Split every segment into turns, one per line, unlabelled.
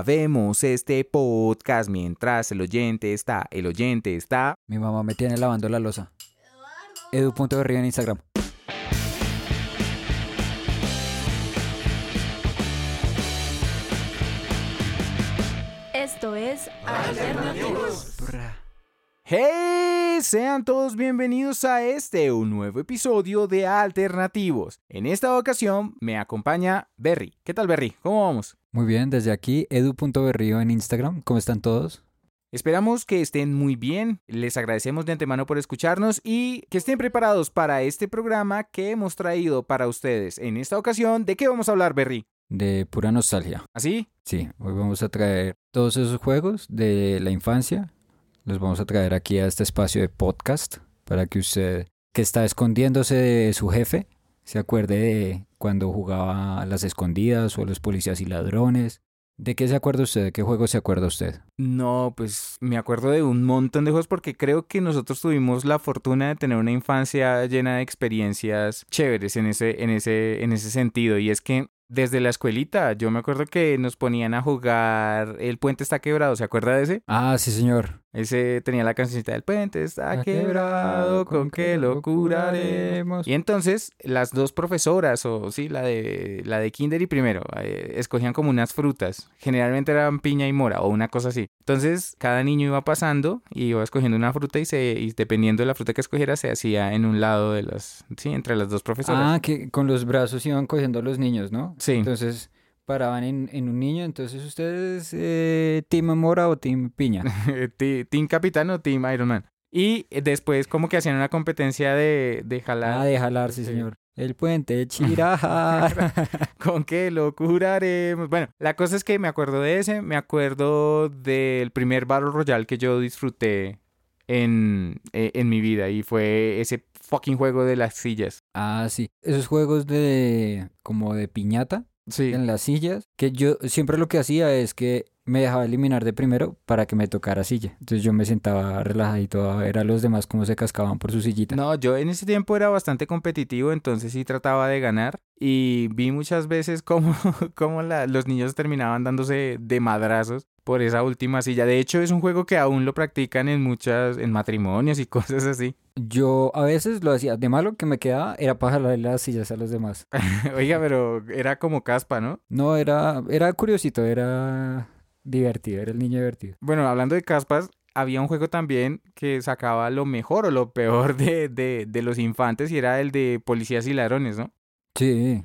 Grabemos este podcast mientras el oyente está, el oyente está.
Mi mamá me tiene lavando la losa. Edu.berrío en Instagram.
Esto es Alternativos.
¡Hey! Sean todos bienvenidos a este, un nuevo episodio de Alternativos. En esta ocasión me acompaña Berry. ¿Qué tal, Berry? ¿Cómo vamos?
Muy bien, desde aquí, Edu.berrío en Instagram. ¿Cómo están todos?
Esperamos que estén muy bien, les agradecemos de antemano por escucharnos y que estén preparados para este programa que hemos traído para ustedes. En esta ocasión, ¿de qué vamos a hablar, Berry?
De pura nostalgia.
¿Así?
Sí, hoy vamos a traer todos esos juegos de la infancia. Los vamos a traer aquí a este espacio de podcast para que usted, que está escondiéndose de su jefe, se acuerde de cuando jugaba a las escondidas o a los policías y ladrones. ¿De qué se acuerda usted? ¿De qué juego se acuerda usted?
No, pues me acuerdo de un montón de juegos porque creo que nosotros tuvimos la fortuna de tener una infancia llena de experiencias chéveres en ese, en ese, en ese sentido. Y es que desde la escuelita, yo me acuerdo que nos ponían a jugar El puente está quebrado, ¿se acuerda de ese?
Ah, sí, señor.
Ese tenía la cancioncita del puente está
Está
quebrado, con qué locura haremos. Y entonces las dos profesoras, o sí, la de, la de kinder y primero, eh, escogían como unas frutas. Generalmente eran piña y mora o una cosa así. Entonces cada niño iba pasando y iba escogiendo una fruta y, se, y dependiendo de la fruta que escogiera se hacía en un lado de las, sí, entre las dos profesoras.
Ah, que con los brazos iban cogiendo a los niños, ¿no?
Sí.
Entonces paraban en, en un niño, entonces ustedes, eh, Team Mora o Team Piña. Ah,
Ti- team Capitán o Team Iron Man. Y eh, después como que hacían una competencia de, de jalar.
Ah, de jalar, sí,
Sí.
señor. El puente de Chirajar.
¿Con qué lo curaremos? Bueno, la cosa es que me acuerdo de ese, me acuerdo del primer Battle Royale que yo disfruté en, eh, en mi vida y fue ese fucking juego de las sillas.
ah, sí. Esos juegos de como de piñata
Sí.
en las sillas, que yo siempre lo que hacía es que me dejaba eliminar de primero para que me tocara silla. Entonces yo me sentaba relajadito a ver a los demás cómo se cascaban por su sillita.
No, yo en ese tiempo era bastante competitivo, entonces sí trataba de ganar y vi muchas veces cómo, cómo la- los niños terminaban dándose de madrazos por esa última silla. De hecho, es un juego que aún lo practican en muchas, en matrimonios y cosas así.
Yo a veces lo hacía de malo que me quedaba era para jalar las sillas a los demás.
Oiga, pero era como caspa, ¿no?
No, era, era curiosito, era divertido, era el niño divertido.
Bueno, hablando de caspas, había un juego también que sacaba lo mejor o lo peor de, de, de los infantes y era el de policías y ladrones, ¿no?
Sí,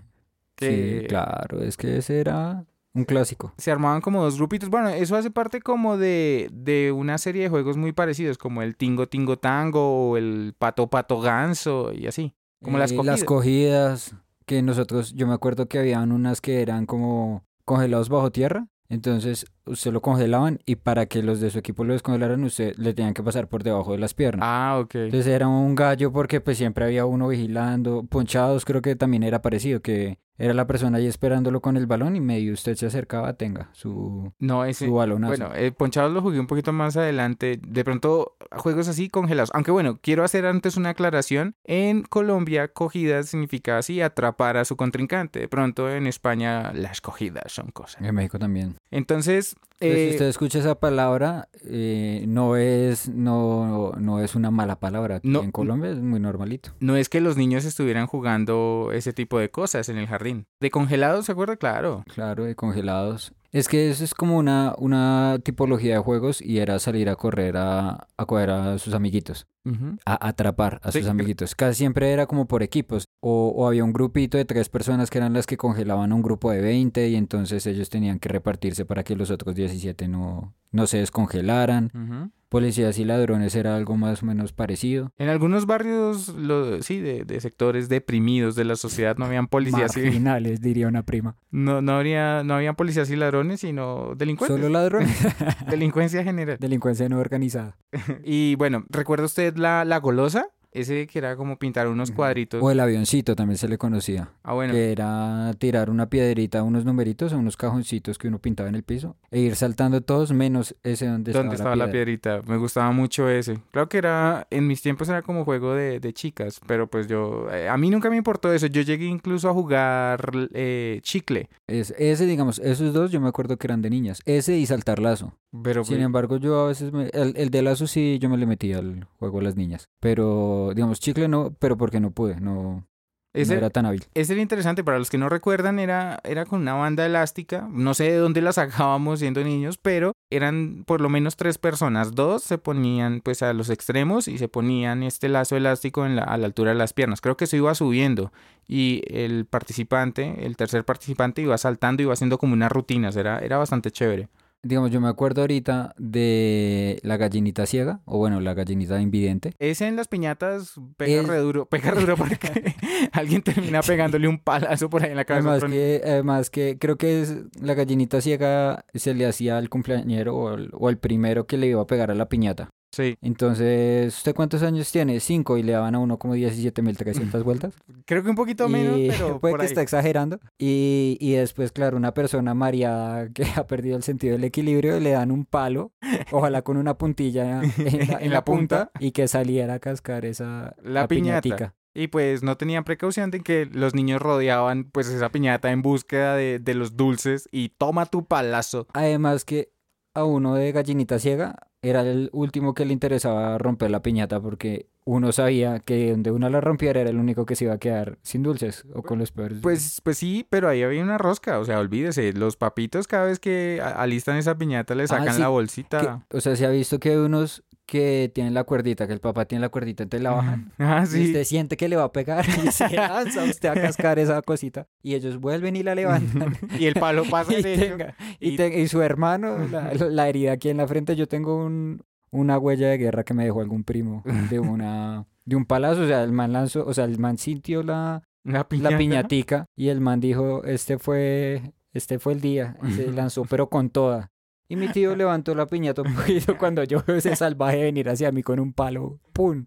Que-
sí, claro, es que ese era un clásico.
Se armaban como dos grupitos. Bueno, eso hace parte como de, de una serie de juegos muy parecidos, como el Tingo Tingo Tango o el Pato Pato Ganso y así. Como las
Eh,
cogidas.
cogidas, que nosotros, yo me acuerdo que habían unas que eran como congelados bajo tierra, entonces usted lo congelaban y para que los de su equipo lo descongelaran, usted le tenían que pasar por debajo de las piernas.
Ah, ok.
Entonces era un gallo porque pues siempre había uno vigilando, ponchados creo que también era parecido, que era la persona ahí esperándolo con el balón y medio usted se acercaba, tenga su,
No, ese,
su balonazo.
Bueno, eh, Ponchados lo jugué un poquito más adelante. De pronto, juegos así congelados. Aunque bueno, quiero hacer antes una aclaración. En Colombia, cogidas significa así atrapar a su contrincante. De pronto, en España, las cogidas son cosas.
En México también.
Entonces,
Entonces,
eh,
si usted escucha esa palabra, eh, no es no, no es una mala palabra. Aquí
No.
en Colombia es muy normalito.
no es que los niños estuvieran jugando ese tipo de cosas en el jardín. De congelados, ¿se acuerda? Claro.
Claro, de congelados. Es que eso es como una, una tipología de juegos y era salir a correr a, a coger a sus amiguitos,
Ujú.
a atrapar a
Sí,
sus
cre-
amiguitos. Casi siempre era como por equipos o, o había un grupito de tres personas que eran las que congelaban a un grupo de 20 y entonces ellos tenían que repartirse para que los otros 17 no, no se descongelaran.
Ujú.
Policías y ladrones era algo más o menos parecido.
En algunos barrios, lo- sí, de, de sectores deprimidos de la sociedad, no habían policías y,
Marginales, diría una prima.
no, no, habría, no habían policías y ladrones, sino delincuentes.
Solo ladrones.
Delincuencia general.
Delincuencia no organizada.
Y bueno, ¿recuerda usted la, la golosa? Ese que era como pintar unos cuadritos.
O el avioncito también se le conocía.
Ah, bueno.
Que era tirar una piedrita, unos numeritos a unos cajoncitos que uno pintaba en el piso e ir saltando todos menos ese donde,
¿Dónde estaba la piedrita? Me gustaba mucho ese. Claro que era, en mis tiempos era como juego de, de chicas, pero pues yo, eh, a mí nunca me importó eso. Yo llegué incluso a jugar eh, chicle.
Es- ese, digamos, esos dos yo me acuerdo que eran de niñas. Ese y saltar lazo.
Pero
Sin
pues,
embargo, yo a veces me- el, el de lazo sí yo me le metía al juego a las niñas. Pero, digamos, chicle no, pero porque no pude, no,
ese,
no era tan hábil.
ese era interesante. Para los que no recuerdan, era, era con una banda elástica. No sé de dónde la sacábamos siendo niños, pero eran por lo menos tres personas. Dos se ponían pues a los extremos y se ponían este lazo elástico en la- a la altura de las piernas. Creo que eso iba subiendo. y el participante, el tercer participante, iba saltando y iba haciendo como unas rutinas. Era, era bastante chévere.
Digamos, yo me acuerdo ahorita de la gallinita ciega, o bueno, la gallinita invidente.
Ese en las piñatas pega
Es-
re duro, pega re duro porque alguien termina pegándole un palazo por ahí en la cabeza. a
Además
otro
que, además que creo que es la gallinita ciega se le hacía al cumpleañero o al, o al primero que le iba a pegar a la piñata.
Sí,
Entonces, ¿usted cuántos años tiene? Cinco y le daban a uno como 17.300 vueltas.
creo que un poquito menos,
Y
pero
puede
por
que
ahí.
está exagerando. Y, y después, claro, una persona mareada que ha perdido el sentido del equilibrio le dan un palo, ojalá con una puntilla en la,
En la punta.
y que saliera a cascar esa
La piñata.
piñatica.
Y pues no tenían precaución de que los niños rodeaban pues esa piñata en búsqueda de, de los dulces y toma tu palazo.
Además que a uno de gallinita ciega era el último que le interesaba romper la piñata porque uno sabía que donde uno la rompiera era el único que se iba a quedar sin dulces o con los peores.
Pues, pues sí, pero ahí había una rosca, o sea, olvídese, los papitos cada vez que a- alistan esa piñata le
Ah,
sacan
sí,
la
Que-
bolsita.
o sea, se ha visto que hay unos que tienen la cuerdita, que el papá tiene la cuerdita, entonces la bajan Este,
Ah,
Y
sí.
usted siente que le va a pegar y se lanza usted a cascar esa cosita. Y ellos vuelven y la levantan.
Y el palo pasa
y,
derecho.
tenga- y
Y-
te- y su hermano, la, la herida aquí en la frente, yo tengo un- una huella de guerra que me dejó algún primo de una de un palazo. O sea, el man lanzó, o sea, el man sintió la,
La piñata.
la piñatica y el man dijo, este fue, este fue el día. Y se lanzó, pero con toda. Y mi tío levantó la piñata un poquito cuando yo veo ese salvaje venir hacia mí con un palo. ¡Pum!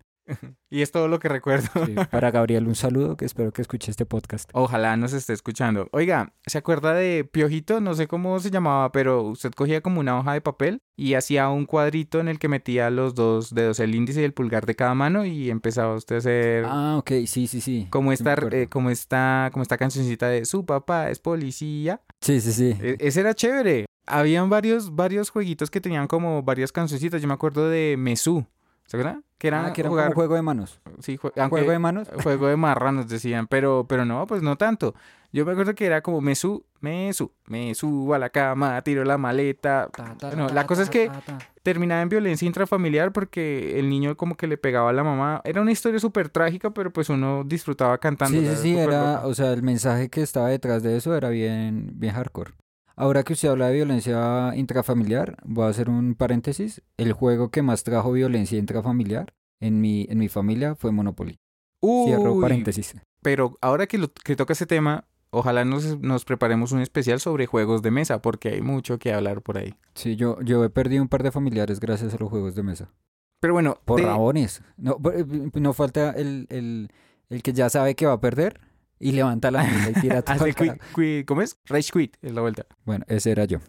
Y es todo lo que recuerdo.
Sí, para Gabriel, un saludo que espero que escuche este podcast.
Ojalá nos esté escuchando. Oiga, ¿se acuerda de Piojito? No sé cómo se llamaba, pero usted cogía como una hoja de papel y hacía un cuadrito en el que metía los dos dedos, el índice y el pulgar de cada mano y empezaba usted a hacer
Ah, ok, sí, sí, sí.
como
Sí me
esta,
acuerdo.
eh, como esta, como esta cancioncita de su papá es policía.
sí, sí, sí.
E- ese era chévere. Habían varios, varios jueguitos que tenían como varias cancioncitas. Yo me acuerdo de Mesú, ¿se acuerda? Que era,
ah, que era como
jugar,
un juego de manos.
sí, jue- aunque-
Juego de manos.
Juego de marranos decían, pero, pero no, pues no tanto. Yo me acuerdo que era como me su, me su, me subo a la cama, tiro la maleta. Bueno, la cosa es que terminaba en violencia intrafamiliar porque el niño como que le pegaba a la mamá. Era una historia súper trágica, pero pues uno disfrutaba cantando.
Sí, sí, sí, era, o sea, el mensaje que estaba detrás de eso era bien, bien hardcore. Ahora que usted habla de violencia intrafamiliar, voy a hacer un paréntesis. El juego que más trajo violencia intrafamiliar en mi, en mi familia fue Monopoly. Cierro paréntesis.
Pero ahora que, lo- que toca ese tema, ojalá nos, nos preparemos un especial sobre juegos de mesa porque hay mucho que hablar por ahí.
Sí, yo, yo he perdido un par de familiares gracias a los juegos de mesa.
Pero bueno,
Por
te-
rabones. No, por- no falta el, el, el que ya sabe que va a perder y levanta la mano y tira todo
haz el
al carajo.
quit- quit- ¿cómo es? Rage quit, es la vuelta.
Bueno, ese era yo.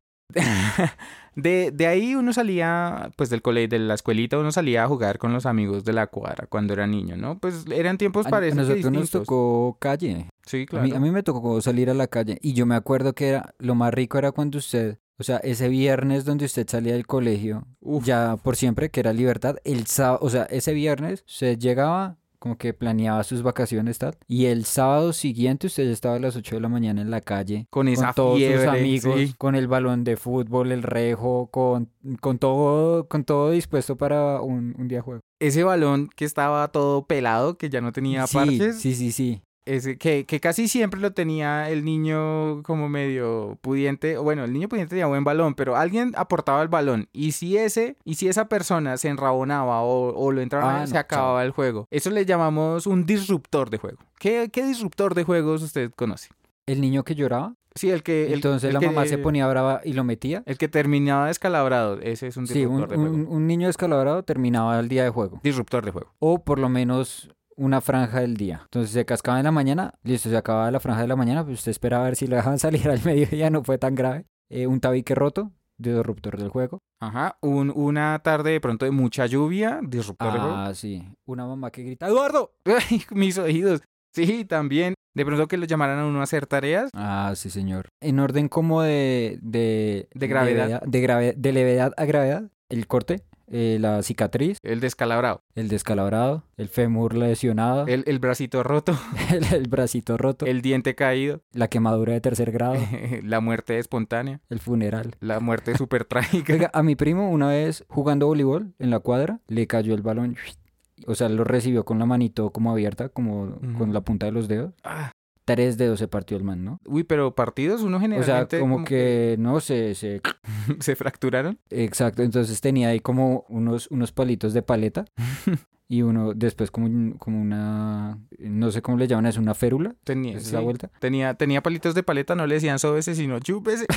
De, de ahí uno salía, pues del colegio, de la escuelita, uno salía a jugar con los amigos de la cuadra cuando era niño, ¿no? Pues eran tiempos
A-
parece
a nosotros nos
distintos.
tocó calle.
Sí,
A,
claro.
mí, a mí me tocó salir a la calle. Y yo me acuerdo que era lo más rico era cuando usted, o sea, ese viernes donde usted salía del colegio,
Uf.
ya por siempre, que era libertad, el sábado, o sea, ese viernes usted llegaba, como que planeaba sus vacaciones, tal. Y el sábado siguiente usted ya estaba a las 8 de la mañana en la calle
Con esa
con todos
fiebre,
sus amigos,
sí.
con el balón de fútbol, el rejo, con, con todo, con todo dispuesto para un, un día juego.
Ese balón que estaba todo pelado, que ya no tenía
sí,
parches,
sí, sí, sí.
ese que, que casi siempre lo tenía el niño como medio pudiente, o bueno, el niño pudiente tenía buen balón, pero alguien aportaba el balón, y si ese, y si esa persona se enrabonaba o, o lo entraba,
Ah,
se
no,
acababa el juego. Eso le llamamos un disruptor de juego. ¿Qué, qué disruptor de juegos usted conoce?
el niño que lloraba.
Sí, el que. el-
Entonces
el
la
que-
mamá se ponía brava y lo metía.
El que terminaba descalabrado. Ese es un
Sí,
disruptor
un,
de juego.
un- un niño descalabrado terminaba el día de juego.
Disruptor de juego.
O por lo menos una franja del día. Entonces se cascaba en la mañana, listo, se acababa la franja de la mañana, pues usted esperaba a ver si lo dejaban salir al mediodía, no fue tan grave. Eh, un tabique roto, disruptor del juego.
Ajá. Un- una tarde de pronto de mucha lluvia. Disruptor de juego.
Ah, sí. Una mamá que grita, ¡Eduardo!
Ay, mis oídos. Sí, también. De pronto que lo llamaran a uno a hacer tareas.
Ah, sí, señor. En orden como de... De,
De gravedad.
De, grave- de levedad a gravedad. El corte, eh, la cicatriz,
El descalabrado.
el descalabrado, el fémur lesionado, el,
El, el bracito roto.
el bracito roto,
Eh. El diente caído.
la quemadura de tercer grado,
La muerte espontánea.
el funeral.
La muerte súper trágica.
Oiga, a mi primo una vez jugando voleibol en la cuadra, le cayó el balón. O sea, lo recibió con la manito como abierta, como con la punta de los dedos.
Ah.
Tres dedos se partió el man, ¿no?
Uy, pero partidos uno
O sea,
generalmente
como, que, no sé, se...
que se fracturaron.
Exacto, entonces tenía ahí como unos, unos palitos de paleta y uno después como, un- como una, no sé cómo le llaman, es una férula,
Tenía,
es la
sí.
vuelta.
Tenía, tenía palitos de paleta, no le decían sóbese, sino chúpese.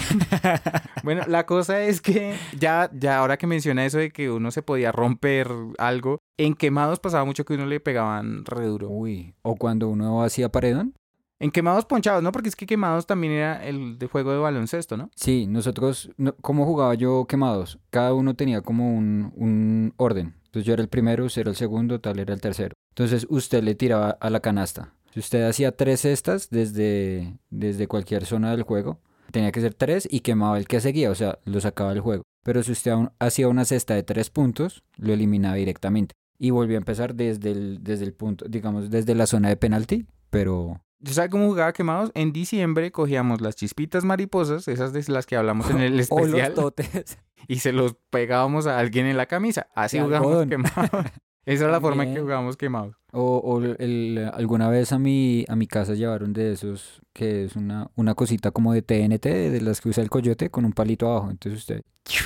bueno, la cosa es que ya, ya ahora que menciona eso de que uno se podía romper algo, en quemados pasaba mucho que uno le pegaban re duro.
Uy, o cuando uno hacía paredón.
En quemados ponchados, ¿no? Porque es que quemados también era el de juego de baloncesto, ¿no?
Sí, nosotros, no- ¿cómo jugaba yo quemados? Cada uno tenía como un, un orden. Entonces yo era el primero, usted era el segundo, tal era el tercero. Entonces usted le tiraba a la canasta. Si usted hacía tres cestas desde, desde cualquier zona del juego, tenía que ser tres y quemaba el que seguía, o sea, lo sacaba del juego. Pero si usted aún hacía una cesta de tres puntos, lo eliminaba directamente. Y volvió a empezar desde el, desde el punto, digamos, desde la zona de penalti, pero
¿Yo sabía cómo jugaba quemados? En diciembre cogíamos las chispitas mariposas, esas de las que hablamos en el
o los
especial,
totes.
y se los pegábamos a alguien en la camisa. Así
De
jugábamos
algodón.
quemados. Esa era la forma en que
También.
jugábamos quemados.
O, o el- el- eh, alguna vez a mi, a mi casa llevaron de esos, que es una, una cosita como de TNT, de las que usa el coyote, con un palito abajo. Entonces usted,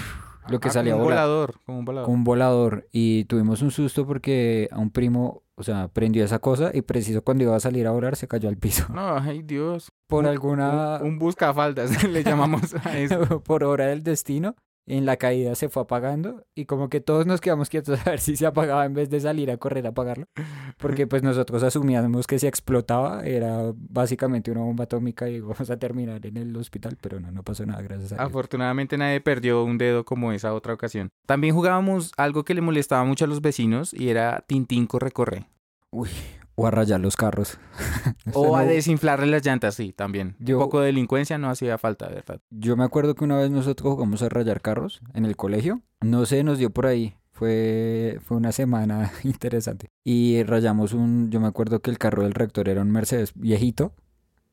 lo que
Ah,
salía
como un
volando
volador, como un volador.
con un volador. Y tuvimos un susto porque a un primo, o sea, prendió esa cosa y preciso cuando iba a salir a volar se cayó al piso.
No, ay Dios.
Por
Un-
alguna,
Un, un buscafaldas, le llamamos a eso.
por obra del destino, en la caída se fue apagando y como que todos nos quedamos quietos a ver si se apagaba en vez de salir a correr a apagarlo, porque pues nosotros asumíamos que si explotaba era básicamente una bomba atómica y íbamos a terminar en el hospital, pero no, no pasó nada, gracias
Ah,
a Dios.
Afortunadamente nadie perdió un dedo como esa otra ocasión. También jugábamos algo que le molestaba mucho a los vecinos y era Tintín corre corre.
O a rayar los carros.
O
Eso
a
no-
desinflarle las llantas, sí, también.
Yo-
Un poco de delincuencia no hacía falta, ¿verdad?
Yo me acuerdo que una vez nosotros jugamos a rayar carros en el colegio. No sé, nos dio por ahí. Fue, fue una semana interesante. Y rayamos un. Yo me acuerdo que el carro del rector era un Mercedes viejito,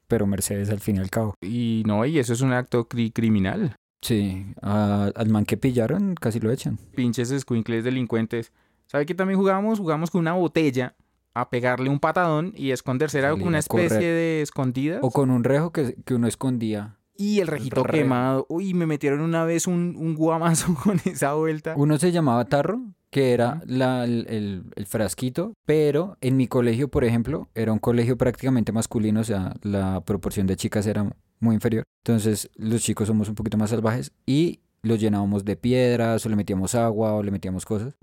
pero Mercedes al fin y al cabo.
Y no, y eso es un acto cri- criminal.
Sí, a- al man que pillaron casi lo echan.
Pinches escuincles delincuentes. ¿Sabe qué también jugábamos? Jugábamos con una botella a pegarle un patadón y esconderse. Era
Salir
como una
a correr.
especie de escondida.
O con un rejo que, que uno escondía.
Y el rejito
Re-
quemado. Uy, me metieron una vez un, un guamazo con esa vuelta.
Uno se llamaba tarro, que era
Ujú.
la- el, el- el frasquito, pero en mi colegio, por ejemplo, era un colegio prácticamente masculino, o sea, la proporción de chicas era muy inferior. Entonces, los chicos somos un poquito más salvajes y los llenábamos de piedras o le metíamos agua o le metíamos cosas.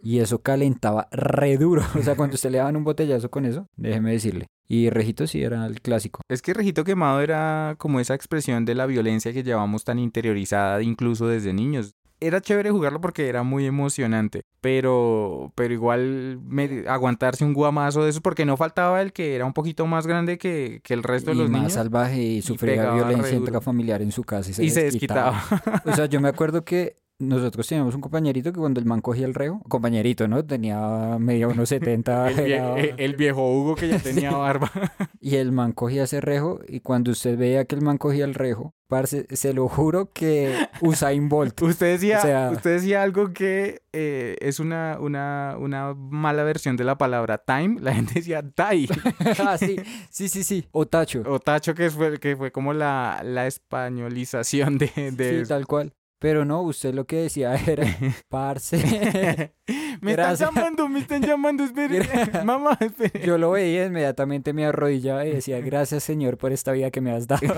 Y eso calentaba re duro. O sea, cuando usted le daban un botellazo con eso, déjeme decirle. Y Rejito sí era el clásico.
Es que rejito quemado era como esa expresión de la violencia que llevamos tan interiorizada incluso desde niños. Era chévere jugarlo porque era muy emocionante, pero, pero igual me- aguantarse un guamazo de esos porque no faltaba el que era un poquito más grande que, que el resto de
y
los
más
niños
salvaje y sufría
pegaba re
violencia
duro.
intrafamiliar en su casa. Y se,
y se desquitaba.
O sea, yo me acuerdo que nosotros teníamos un compañerito que cuando el man cogía el reo, compañerito, ¿no? Tenía medio unos 70
El, vie-
era-
eh, el viejo Hugo que ya tenía barba.
y el man cogía ese rejo y cuando usted veía que el man cogía el rejo, parce, se lo juro que Usain Bolt.
Usted decía,
O sea-
usted decía algo que eh, es una, una, una mala versión de la palabra time. La gente decía die.
ah, sí, sí, sí, sí. O Tacho.
O tacho, que fue, que fue como la, la españolización de, de
sí,
eso.
tal cual. Pero no, usted lo que decía era, parce,
me
Gracias.
están llamando, me están llamando, espere.
Gra-
Mamá, espere.
yo lo veía, inmediatamente me arrodillaba y decía, gracias Señor por esta vida que me has dado.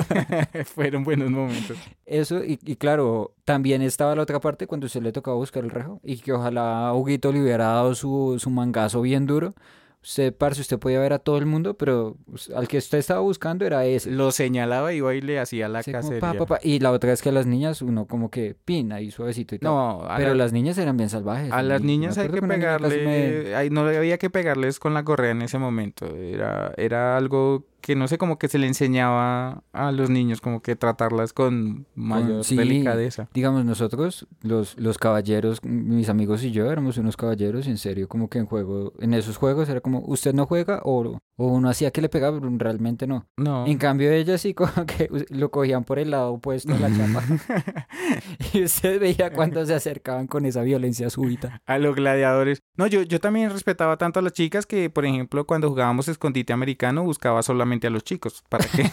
Fueron buenos momentos.
Eso, y, y claro, también estaba la otra parte cuando usted le tocaba buscar el rejo y que ojalá Huguito le hubiera dado su, su mangazo bien duro. Usted, parce, usted podía ver a todo el mundo, pero pues, al que usted estaba buscando era ese.
Lo señalaba y iba y le hacía la
Así como,
cacería.
pa, pa, pa. Y la otra es que a las niñas uno como que pin ahí suavecito y tal.
No, a,
pero
la-
las niñas eran bien salvajes.
a
y
las
me
niñas hay
acuerdo
que
una niña casi
pegarle.
me-
ay, no había que pegarles con la correa en ese momento. Era, era algo que no sé, como que se le enseñaba a los niños, como que tratarlas con mayor
sí.
delicadeza.
Digamos, nosotros, los, los caballeros, mm, mis amigos y yo éramos unos caballeros, en serio, como que en juego, en esos juegos era como, usted no juega o, o uno hacía que le pegaba, pero realmente no.
No.
En cambio, ellas sí como que us- lo cogían por el lado opuesto a la chapa. y usted veía cuando se acercaban con esa violencia súbita.
A los gladiadores. No, yo, yo también respetaba tanto a las chicas que, por ejemplo, cuando jugábamos escondite americano, buscaba solamente a los chicos para que,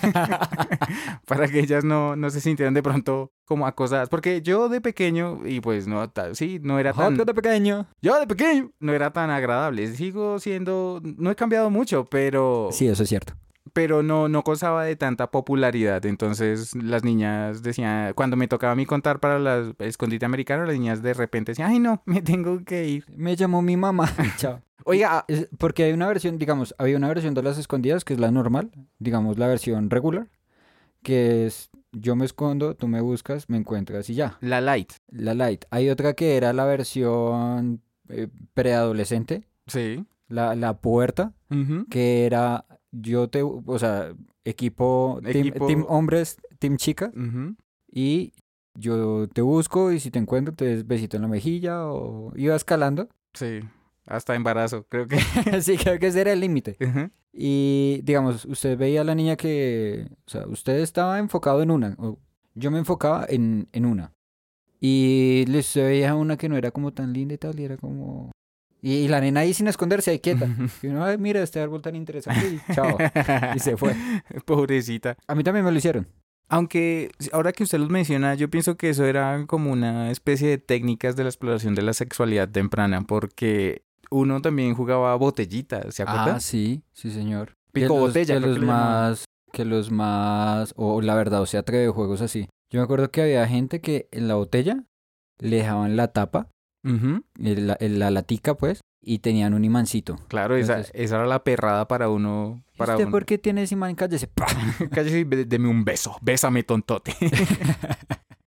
para que ellas no, no se sintieran de pronto como acosadas. Porque yo de pequeño, y pues no, ta- sí, no era tan...
Joder, de pequeño.
Yo de pequeño no era tan agradable. Sigo siendo... No he cambiado mucho, pero...
Sí, eso es cierto.
Pero no, no gozaba de tanta popularidad. Entonces las niñas decían... Cuando me tocaba a mí contar para las escondite americano, las niñas de repente decían, ay no, me tengo que ir.
Me llamó mi mamá. Chao.
Oiga,
Es- Porque hay una versión, digamos, había una versión de las escondidas que es la normal, digamos la versión regular, que es yo me escondo, tú me buscas, me encuentras y ya,
La light.
la light. Hay otra que era la versión eh, preadolescente,
Sí.
la, la puerta, que era yo te, o sea, equipo, team-
Equipo-
Team, hombres, team chicas, y yo te busco y si te encuentro, te besito en la mejilla o iba escalando.
Sí. Hasta embarazo, creo que.
Así que creo que ese era el límite. Y digamos, usted veía a la niña que, o sea, usted estaba enfocado en una, o yo me enfocaba en, en una. Y le- usted veía a una que no era como tan linda y tal, y era como... Y, y la nena ahí sin esconderse, ahí quieta. Y uno, "Ay, mira, este árbol tan interesante y chao. Y se fue.
Pobrecita.
A mí también me lo hicieron.
Aunque ahora que usted los menciona, yo pienso que eso era como una especie de técnicas de la exploración de la sexualidad temprana, porque uno también jugaba botellita, ¿se acuerda?
Ah, sí, sí señor.
Pico botella,
Que
creo
los
que le llamaban.
más, que los más, o la verdad, o sea, atreve juegos así. Yo me acuerdo que había gente que en la botella le dejaban la tapa
Ujú.
el- eh, la, el- la latica, pues, y tenían un imancito.
Claro, esa,
Entonces-
esa era la perrada para uno. Para
¿Usted
uno.
por qué tiene ese imán? Cállese. ¡Pah!
Cállese y be- deme un beso. Bésame, tontote.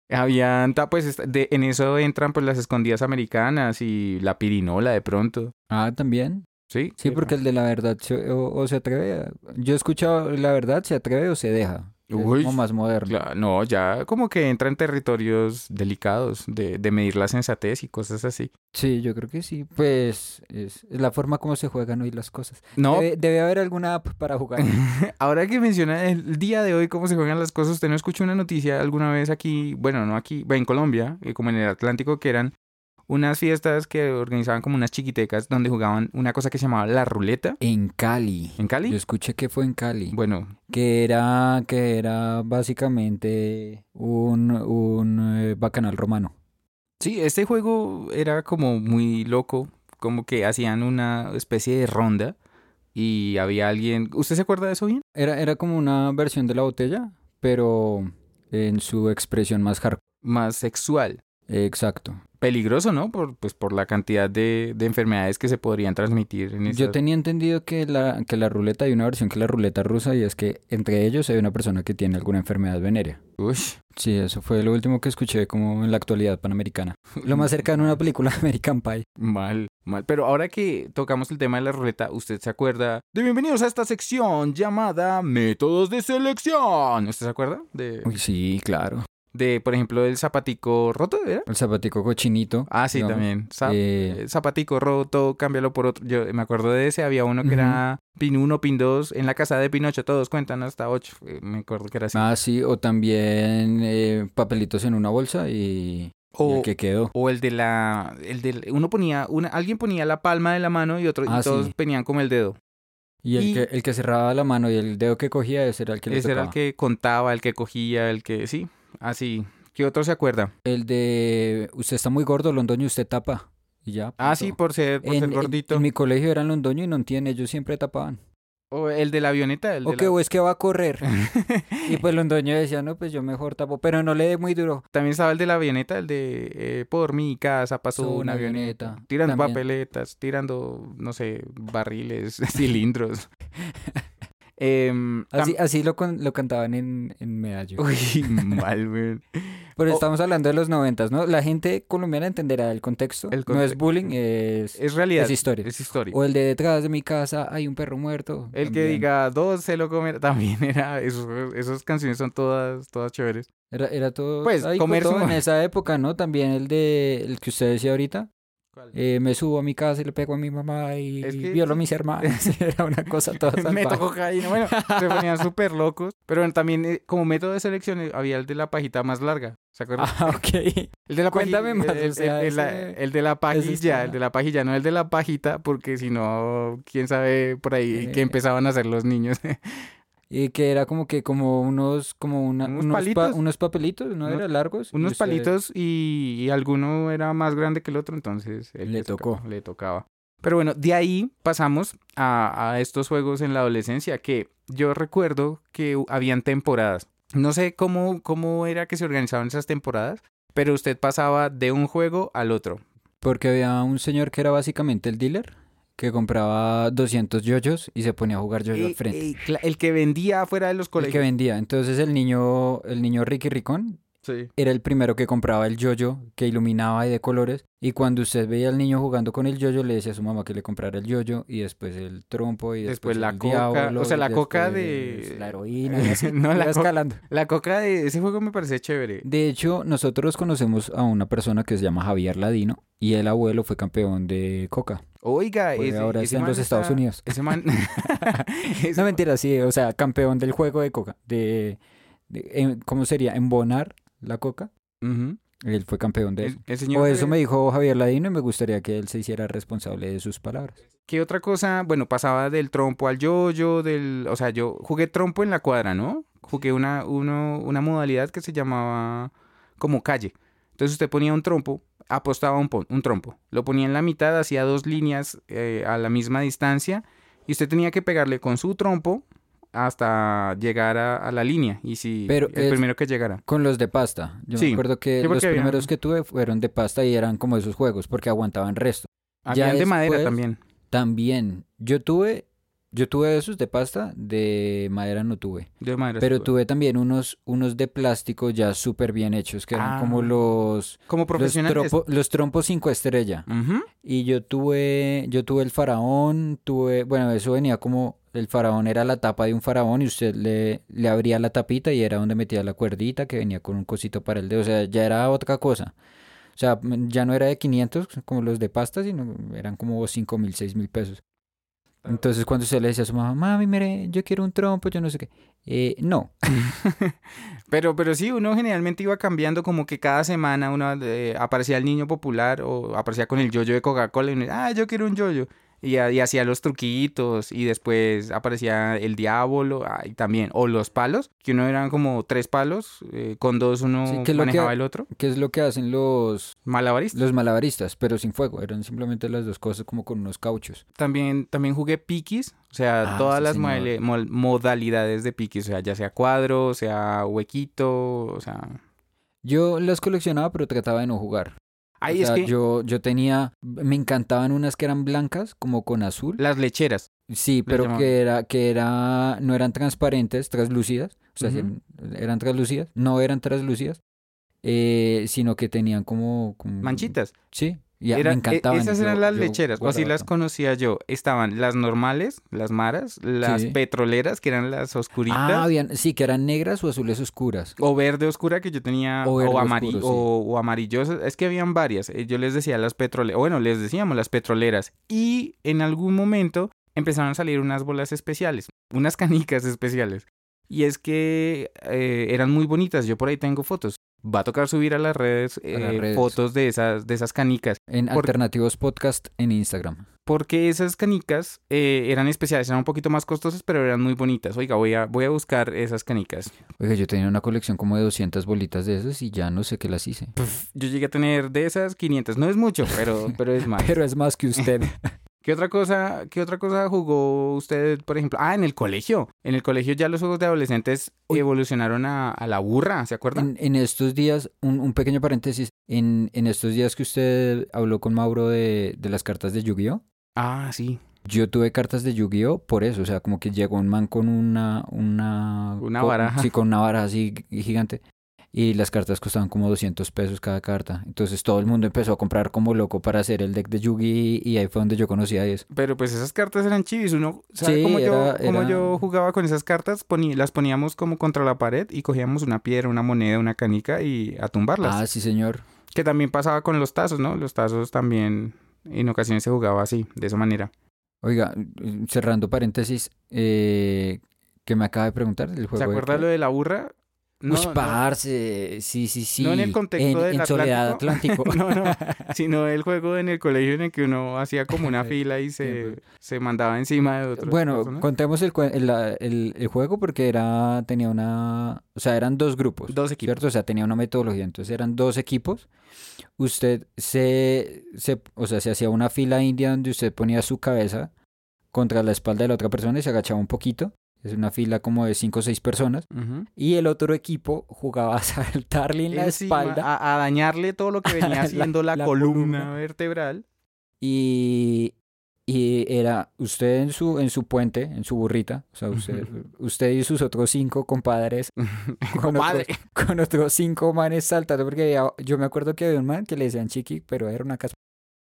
Habían, ta- pues, esta- de- en eso entran pues las escondidas americanas y la pirinola de pronto.
Ah, también.
Sí,
Sí, porque el de la verdad se- o, o se atreve. a- Yo he escuchado la verdad se atreve o se deja. que
Uy.
Es como más moderno.
Cla- Ah, No, ya como que entra en territorios delicados de, de medir la sensatez y cosas así.
Sí, yo creo que sí. Pues es, es la forma como se juegan hoy las cosas.
No,
Debe, debe haber alguna app para jugar.
ahora que menciona el día de hoy cómo se juegan las cosas, usted no escuchó una noticia alguna vez aquí, bueno, no aquí, en Colombia, eh, como en el Atlántico, que eran unas fiestas que organizaban como unas chiquitecas donde jugaban una cosa que se llamaba la ruleta.
en Cali.
¿En Cali?
Yo escuché que fue en Cali.
Bueno,
Que era, que era básicamente un, un eh, bacanal romano.
Sí, este juego era como muy loco, como que hacían una especie de ronda y había alguien... ¿Usted se acuerda de eso bien?
Era, era como una versión de la botella, pero en su expresión más hardcore.
Más sexual.
Exacto.
Peligroso, ¿no? Por, pues por la cantidad de, de enfermedades que se podrían transmitir en
Yo
esas-
tenía entendido que la, que la ruleta, hay una versión que es la ruleta rusa y es que entre ellos hay una persona que tiene alguna enfermedad venérea.
Uy.
Sí, eso fue lo último que escuché como en la actualidad panamericana. Lo más cercano a una película American Pie.
Mal, mal. Pero ahora que tocamos el tema de la ruleta, ¿usted se acuerda de bienvenidos a esta sección llamada Métodos de Selección? ¿Usted se acuerda de,
Uy, sí, claro.
de por ejemplo, el zapatico roto, era?
El zapatico cochinito.
Ah, sí,
digamos,
también. Zap-
eh,
eh, zapatico roto, cámbialo por otro. Yo me acuerdo de ese, había uno que era pin 1, pin 2, en la casa de Pinocho, todos cuentan hasta 8. Me acuerdo que era así.
ah, sí, o también eh, papelitos en una bolsa y, y el
o,
que quedó.
o el de la el de uno ponía una alguien ponía la palma de la mano y otro y
Ah,
todos
sí.
ponían como el dedo.
Y el,
y-
que, el que cerraba la mano y el dedo que cogía, ese era el que le
Ese era
tocaba.
el que contaba, el que cogía, el que sí, así. ¿Qué otro se acuerda?
El de usted está muy gordo, Londoño, usted tapa. Y ya.
Ah,
punto.
sí, por ser, por
en,
ser
en-
gordito.
en mi colegio eran Londoño y no entienden, ellos siempre tapaban.
O el de la avioneta. El de
O que
la-
o es que va a correr. y pues Londoño decía, no, pues yo mejor tapo, pero no le dé muy duro.
También estaba el de la avioneta, el de eh, por mi casa pasó
Pasó
una,
una
avioneta.
avioneta.
Tirando
También.
papeletas, tirando, no sé, barriles, cilindros. Em, tam-
Así, así lo, con- lo cantaban en, en Medallo.
Uy, mal, weón.
Pero
oh.
estamos hablando de los noventas, ¿no? La gente colombiana entenderá el contexto.
El
No es
conte-
bullying, es...
Es realidad.
Es historia.
Es historia.
O el de detrás de mi casa hay un perro muerto.
El que
También.
diga dos se lo comerá. También era. esos- esas canciones son todas, todas chéveres.
Era, era todo...
Pues,
ay,
comer
todo
su
en
madre.
esa época, ¿no? También el de... El que usted decía ahorita. eh, me subo a mi casa y le pego a mi mamá y
Es que-
violo a mis hermanos. Era una cosa toda
Me
salvaje.
tocó cocaína. Bueno, se ponían súper locos. Pero también, eh, como método de selección, eh, había el de la pajita más larga. ¿Se acuerdan?
Ah, ok.
el de la paji-
cuéntame más,
El, el-
o sea,
el- la-
ese-
el de la
está-
pajilla. El de la pajilla, no el de la pajita, porque si no, quién sabe por ahí qué
Eh,
empezaban a hacer los niños.
Y que era como que como unos, como una-
Unos
unos, pa-
palitos.
unos papelitos, ¿no?
Unos-
Era largos. Este, y
Unos
usted-
palitos y, y alguno era más grande que el otro, entonces el
Le
que toca-
tocó.
le tocaba. Pero bueno, de ahí pasamos a, a estos juegos en la adolescencia, que yo recuerdo que hu- habían temporadas. No sé cómo, cómo era que se organizaban esas temporadas, pero usted pasaba de un juego al otro.
Porque había un señor que era básicamente el dealer, que compraba 200 yoyos y se ponía a jugar yoyo
Eh,
al frente.
eh, cla- el que vendía afuera de los
el que
colegios.
vendía. Entonces el niño, el niño Ricky Ricón
Sí.
era el primero que compraba el yoyo que iluminaba y de colores. Y cuando usted veía al niño jugando con el yoyo, le decía a su mamá que le comprara el yoyo y después el trompo y después,
Después la
el
coca,
diablo,
o sea,
y
la coca
después
de-
la heroína y así.
No, la
iba
coca-
escalando.
La coca de ese juego me parece chévere.
De hecho, nosotros conocemos a una persona que se llama Javier Ladino y el abuelo fue campeón de coca.
Oiga,
Pues
ese-
ahora
ese
está en
man
los Estados Unidos.
Ese man... ese
No mentira, sí, o sea, campeón del juego de coca. De, de- en- ¿Cómo sería? ¿Embonar la coca?
Ujú.
Él fue campeón de
El-
eso.
el
O
señor
eso
de-
me dijo Javier Ladino y me gustaría que él se hiciera responsable de sus palabras.
¿Qué otra cosa? Bueno, pasaba del trompo al yo-yo, del... O sea, yo jugué trompo en la cuadra, ¿no? Jugué una, uno- una modalidad que se llamaba como calle. Entonces usted ponía un trompo, apostaba un, pon- un trompo. Lo ponía en la mitad, hacía dos líneas eh, a la misma distancia y usted tenía que pegarle con su trompo hasta llegar a, a la línea. Y si
Pero
el
es-
primero que llegara.
Con los de pasta. Yo me
Sí.
acuerdo que
Sí,
los
porque había-
primeros que tuve fueron de pasta y eran como esos juegos porque aguantaban resto. Ya
Habían Ah, de madera
después-
también.
También, yo tuve, yo tuve esos de pasta, de madera no tuve.
De madera.
Pero
estuve.
tuve también unos, unos de plástico ya súper bien hechos, que eran
Ah.
como los,
Como
los,
profesionales.
trompo- los trompos cinco estrella.
Ujú.
Y yo tuve, yo tuve el faraón, tuve, bueno, eso venía como, el faraón era la tapa de un faraón y usted le, le abría la tapita y era donde metía la cuerdita que venía con un cosito para el dedo, o sea, ya era otra cosa. O sea, m- ya no era de 500 como los de pasta, sino eran como 5 mil, 6 mil pesos. Entonces cuando usted le decía a su mamá, mami, mire, yo quiero un trompo, yo no sé qué. "Eh, no,
Pero, pero sí, uno generalmente iba cambiando como que cada semana uno eh, aparecía el niño popular o aparecía con el yoyo de Coca-Cola y uno, ah, yo quiero un yoyo. Y, ha- y hacía los truquitos y después aparecía el diablo ah, y también, o los palos, que uno eran como tres palos, eh, con dos uno
Sí, que lo que-
manejaba el otro,
¿qué es lo que hacen los,
malabarista.
los malabaristas? Pero sin fuego, eran simplemente las dos cosas como con unos cauchos.
También, también jugué piquis, o sea,
Ah,
todas
sí,
las
señor.
modele- mol- modalidades de piquis, o sea, ya sea cuadro, sea huequito, o sea...
Yo las coleccionaba, pero trataba de no jugar.
Ahí
O
es
sea,
que
yo, yo tenía, me encantaban unas que eran blancas, como con azul.
las lecheras.
Sí, pero
llamaban.
que era, que era, no eran transparentes, translúcidas. O sea, sí
Ujú.
eran- eran translúcidas, no eran translúcidas, eh, sino que tenían como, como-
Manchitas.
Sí, y a-
Era-
Mm, me
e-
encantaban.
Esas
yo-
eran las
yo
lecheras, o así
guardaba
las
todo. Ah,
conocía yo. Estaban las normales, las maras, las
Sí.
petroleras, que eran las oscuritas,
Ah, habían, sí, que eran negras o azules oscuras.
o verde oscura que yo tenía,
O
o,
verde
amari-
oscuro, sí.
o- o amarillosas. Es que habían varias. eh, Yo les decía las petroleras, bueno, les decíamos las petroleras. Y en algún momento empezaron a salir unas bolas especiales, unas canicas especiales. Y es que eh, eran muy bonitas. Yo por ahí tengo fotos. va a tocar subir a las redes,
A las
eh,
redes.
fotos de esas, de esas canicas.
En
Por-
Alternativos Podcast en Instagram.
Porque esas canicas eh, eran especiales, eran un poquito más costosas, pero eran muy bonitas. Oiga, voy a, voy a buscar esas canicas.
Oiga, yo tenía una colección como de 200 bolitas de esas y ya no sé qué las hice.
Yo llegué a tener de esas 500. No es mucho, pero, pero es más.
Pero es más que usted.
¿Qué otra cosa, qué otra cosa jugó usted, por ejemplo? Ah, en el colegio. En el colegio ya los juegos de adolescentes
Uy.
evolucionaron a, a la burra, ¿se acuerdan?
En, en estos días, un, un pequeño paréntesis, en, en estos días que usted habló con Mauro de, de las cartas de Yu-Gi-Oh!
Ah, sí.
Yo tuve cartas de Yu-Gi-Oh! por eso, o sea, como que llegó un man con una... Una,
Una
con-
baraja.
Sí, con una baraja así gi- gigante. Y las cartas costaban como 200 pesos cada carta. Entonces todo el mundo empezó a comprar como loco para hacer el deck de Yu-Gi y ahí fue donde yo conocí a eso.
Pero pues esas cartas eran chivis. Uno, ¿sabe
Sí,
cómo,
era-
yo, cómo
era-
yo jugaba con esas cartas? Poni- las poníamos como contra la pared y cogíamos una piedra, una moneda, una canica y a tumbarlas.
Ah, sí, señor.
Que también pasaba con los tazos, ¿no? Los tazos también en ocasiones se jugaba así, de esa manera.
Oiga, mm, cerrando paréntesis, eh, que me acaba de preguntar del juego.
¿Se
de
acuerda
qué?
lo de la burra?
Pues Uy, parce, sí, sí, sí.
No en el contexto
En-
del
en Soledad Atlántico.
No, no, sino el juego en el colegio en el que uno hacía como una fila y se,
Siempre.
se mandaba encima de otro.
Bueno,
personas.
contemos el, cue- el- la- el- el juego porque era, tenía una, o sea, eran dos grupos,
dos equipos.
¿cierto? O sea, tenía una metodología, entonces eran dos equipos. Usted se, se- o sea, se hacía una fila india donde usted ponía su cabeza contra la espalda de la otra persona y se agachaba un poquito. Es una fila como de cinco o seis personas.
Ujú.
Y el otro equipo jugaba a saltarle en la
Encima,
espalda
A, a dañarle todo lo que venía
La-
haciendo la,
la
columna,
columna.
vertebral.
Y, y era usted en su, en su puente, en su burrita, o sea, usted, usted y sus otros cinco compadres, con,
Compadre.
otros, con otros cinco manes saltando, porque había- yo me acuerdo que había un man que le decían chiqui, pero era una casa.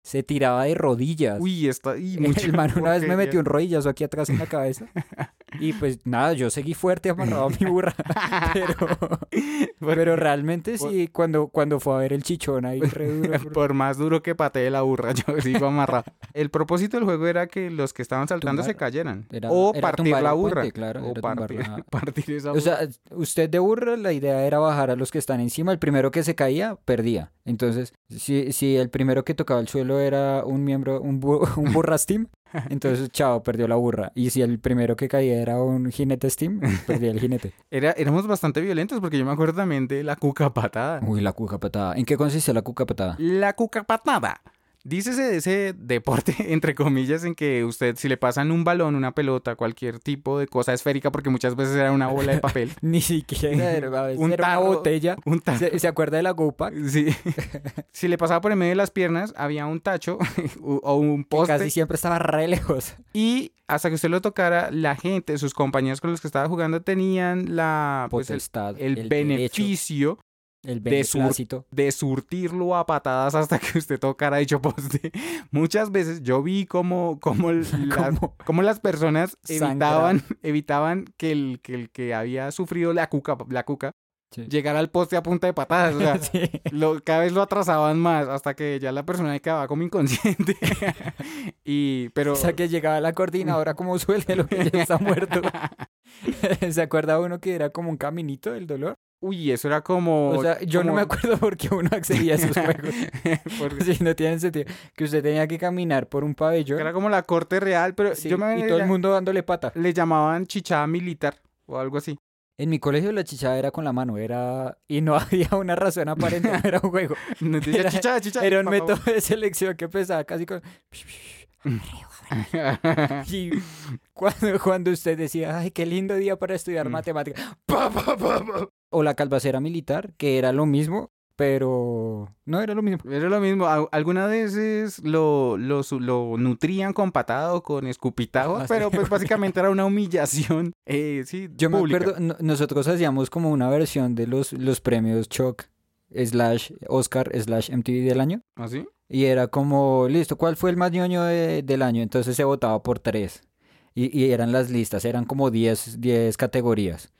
Se tiraba de rodillas.
Uy, está. Y
el man una vez me metió un rodillazo aquí atrás en la cabeza. Y pues nada, yo seguí fuerte amarrado a mi burra. Pero, pero realmente sí, cuando, cuando fue a ver el chichón ahí re duro. porque-
Por más duro que patee la burra, yo sigo amarrado. El propósito del juego era que los que estaban saltando
Tumbar.
se cayeran.
Era-
o
era
partir
tumbar
la
el
burra.
puente, claro,
o
era tumbar
partir,
la-
partir esa
O
burra.
sea, usted de burra, la idea era bajar a los que están encima. El primero que se caía, perdía. Entonces, si, si el primero que tocaba el suelo era un miembro, un, bu- un burras team, entonces, chao, perdió la burra. Y si el primero que caía era un jinete team, perdía el jinete.
Era, éramos bastante violentos porque yo me acuerdo también de la cuca patada.
Uy, la cuca patada. ¿En qué consiste la cuca patada?
La cuca patada. Dícese de ese deporte, entre comillas, en que usted, si le pasan un balón, una pelota, cualquier tipo de cosa esférica, porque muchas veces era una bola de papel,
Ni siquiera era, a veces
Un
era una
tarro.
botella.
un tacho.
¿Se, se acuerda de la GoPack?
Sí. si le pasaba por en medio de las piernas, había un tacho u- o un
Que
poste.
casi siempre estaba re lejos.
Y hasta que usted lo tocara, la gente, sus compañeros con los que estaba jugando, tenían la, pues, el,
Potestad,
el
derecho,
beneficio
el
de sur-
beneplácito.
de surtirlo a patadas hasta que usted tocara dicho poste. Muchas veces yo vi cómo, cómo, las,
Como-
cómo las personas
Sangraba.
evitaban, evitaban que, el, que el que había sufrido la cuca, la cuca
Sí.
llegara al poste a punta de patadas. O sea,
Sí.
lo- cada vez lo atrasaban más hasta que ya la persona quedaba como inconsciente. y, pero...
O sea, que llegaba la coordinadora como suele lo que ya está muerto. ¿Se acuerda uno que era como un caminito del dolor?
Uy, eso era como...
O sea, yo no
como-
me acuerdo por qué uno accedía a esos juegos.
Porque-
Sí, no tiene sentido. Que usted tenía que caminar por un pabellón
Era como la corte real, pero
sí,
yo me
y todo el mundo dándole pata.
le llamaban chichada militar o algo así.
En mi colegio la chichada era con la mano, era... Y no había una razón aparente, no era un juego.
No, decía,
Era-
"Chicha, chicha",
Era un
por favor.
método de selección que empezaba casi con... Y cuando, cuando usted decía, ay, qué lindo día para estudiar
Mm.
matemáticas. Pa, pa, pa, pa. O la calvacera militar, que era lo mismo, pero no era lo mismo.
Era lo mismo. Al- Algunas veces lo, lo, su- lo nutrían con patada o con escupitajos,
Ah, sí.
pero pues básicamente era una humillación. eh, sí,
Yo
pública.
me acuerdo, no- nosotros hacíamos como una versión de los, los premios Choc, slash Oscar, slash MTV del año.
¿Ah, sí?
Y era como, listo, ¿cuál fue el más ñoño de- del año? Entonces se votaba por tres. Y, y eran las listas, eran como 10 10 categorías.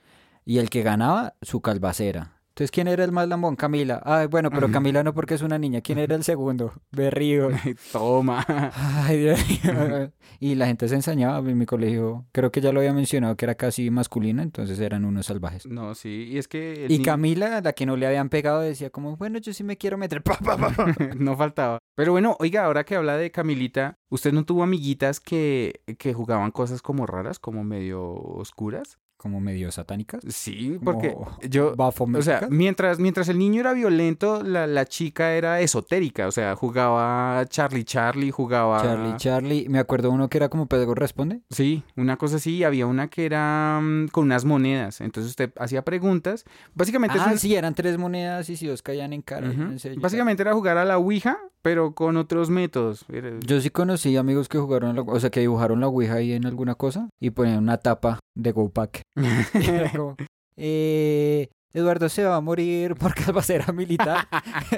Y el que ganaba, su calvacera. Entonces, ¿quién era el más lambón? Camila. Ay, bueno, pero Camila no porque es una niña. ¿Quién era el segundo? Berrío.
Toma.
Ay, Dios mío. Y la gente se ensañaba en mi colegio. Creo que ya lo había mencionado que era casi masculina, entonces eran unos salvajes.
No, sí. Y es que. el
Y
ni-
Camila, a la que no le habían pegado, decía como, bueno, yo sí me quiero meter. Pa, pa, pa, pa.
no faltaba. Pero bueno, oiga, ahora que habla de Camilita, ¿usted no tuvo amiguitas que, que jugaban cosas como raras, como medio oscuras?
Como medio satánicas.
Sí, porque
Como
yo. O sea,
bafométicas.
mientras, mientras el niño era violento, la, la chica era esotérica. O sea, jugaba Charlie Charlie, jugaba.
Charlie, Charlie. Me acuerdo uno que era como Pedro Responde.
Sí, una cosa así. y Había una que era mm, con unas monedas. Entonces usted hacía preguntas. Básicamente, es
Ah,
un-
sí, eran tres monedas y si dos caían en cara.
Ujú.
no sé, yo-
Básicamente era jugar a la Ouija, pero con otros métodos. Era-
Yo sí conocí amigos que jugaron, la- o sea, que dibujaron la Ouija ahí en alguna cosa y ponían una tapa de Go Pack. Y era como, eh, Eduardo se va a morir porque va a ser a militar.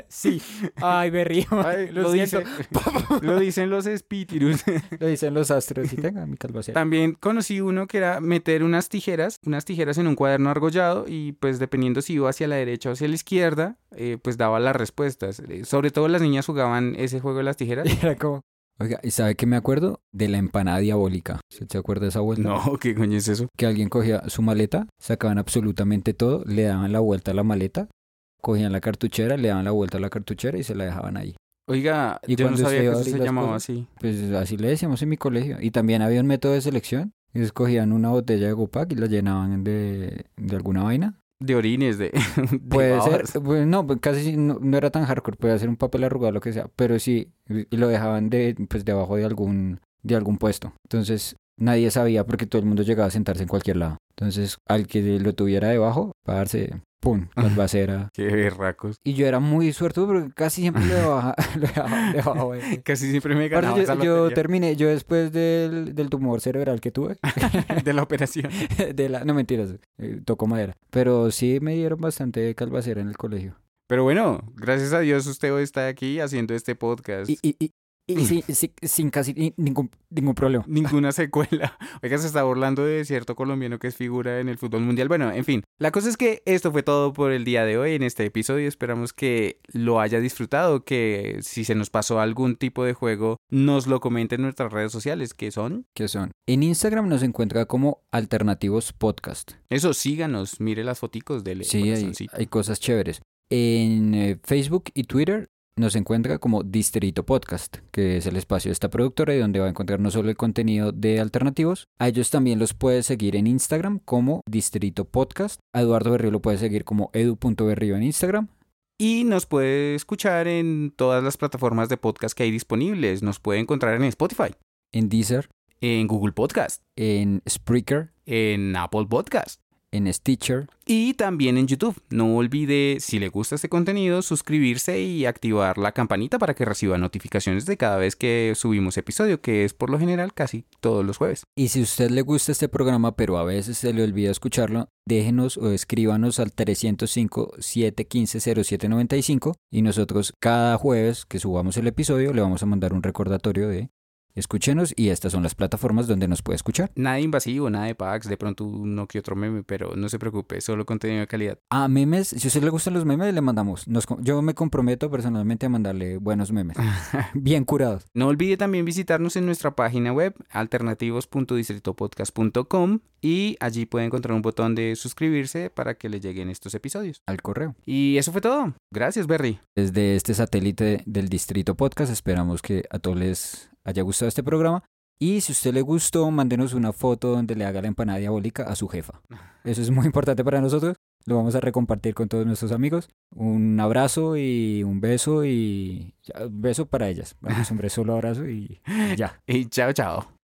sí. Ay, me río.
Ay,
lo
lo,
siento.
dice- lo dicen los espíritus.
Lo dicen los astros. Sí, tenga mi calvacera.
También conocí uno que era meter unas tijeras, unas tijeras en un cuaderno argollado y pues dependiendo si iba hacia la derecha o hacia la izquierda, eh, pues daba las respuestas. Eh, Sobre todo las niñas jugaban ese juego de las tijeras.
Y era como, oiga, ¿y sabe qué me acuerdo? De la empanada diabólica. ¿Se se acuerda de esa vuelta?
No, ¿qué coño es eso?
que alguien cogía su maleta, sacaban absolutamente todo, le daban la vuelta a la maleta, cogían la cartuchera, le daban la vuelta a la cartuchera y se la dejaban ahí.
Oiga,
¿Y
yo no
cuando
sabía que
usted iba a
eso
abrir
se
las
llamaba
cosas?
así.
Pues así le decíamos en mi colegio. Y también había un método de selección. Escogían una botella de Gopac y la llenaban de, de alguna vaina.
De orines, de... de
Puede ser,
babas.
pues, no, pues, casi no, no era tan hardcore, podía ser un papel arrugado, lo que sea, pero sí, y lo dejaban de, pues debajo de algún, de algún puesto. Entonces nadie sabía porque todo el mundo llegaba a sentarse en cualquier lado. Entonces al que lo tuviera debajo, para darse, pum, balbacera.
Qué berracos.
Y yo era muy suertudo porque casi siempre lo dejaba, lo dejaba debajo. de-
Casi siempre me
Aparte,
ganaba esa
yo, yo
lotería
terminé, yo después del, del tumor cerebral que tuve,
de la operación.
de la, no mentiras, eh, tocó madera, pero sí me dieron bastante calvacera en el colegio.
Pero bueno, gracias a Dios usted hoy está aquí haciendo este podcast.
Y, y, y, y sin, sin- sin casi ni- ningún, ningún problema.
Ninguna secuela. Oiga, se está burlando de cierto colombiano que es figura en el fútbol mundial. Bueno, en fin. La cosa es que esto fue todo por el día de hoy en este episodio. Esperamos que lo haya disfrutado, que si se nos pasó algún tipo de juego, nos lo comenten en nuestras redes sociales, que son...
¿Qué son? En Instagram nos encuentra como Alternativos Podcast.
Eso, síganos, mire las foticos del
Sí, hay,
corazoncito.
hay cosas chéveres. En eh, Facebook y Twitter nos encuentra como Distrito Podcast, que es el espacio de esta productora y donde va a encontrar no solo el contenido de alternativos, a ellos también los puede seguir en Instagram como Distrito Podcast, a Eduardo Berrío lo puede seguir como edu.berrío en Instagram,
Y nos puede escuchar en todas las plataformas de podcast que hay disponibles. Nos puede encontrar en Spotify,
en Deezer,
en Google Podcast,
en Spreaker,
en Apple Podcast.
en Stitcher,
Y también en YouTube. No olvide, si le gusta este contenido, suscribirse y activar la campanita para que reciba notificaciones de cada vez que subimos episodio, que es por lo general casi todos los jueves.
Y si a usted le gusta este programa, pero a veces se le olvida escucharlo, déjenos o escríbanos al 305-715-0795 y nosotros cada jueves que subamos el episodio le vamos a mandar un recordatorio de escúchenos y estas son las plataformas donde nos puede escuchar.
Nada invasivo, nada de packs, de pronto uno que otro meme, pero no se preocupe, solo contenido de calidad.
A memes, si a usted le gustan los memes, le mandamos. Nos co- yo me comprometo personalmente a mandarle buenos memes. Bien curados.
No olvide también visitarnos en nuestra página web alternativos.distritopodcast.com y allí puede encontrar un botón de suscribirse para que le lleguen estos episodios.
Al correo.
Y eso fue todo. Gracias, Berry.
Desde este satélite del Distrito Podcast esperamos que a todos les haya gustado este programa. Y si usted le gustó, mándenos una foto donde le haga la empanada diabólica a su jefa. Eso es muy importante para nosotros. Lo vamos a recompartir con todos nuestros amigos. Un abrazo y un beso y ya, beso para ellas. Vamos, hombre, solo abrazo y y ya.
Y chao, chao.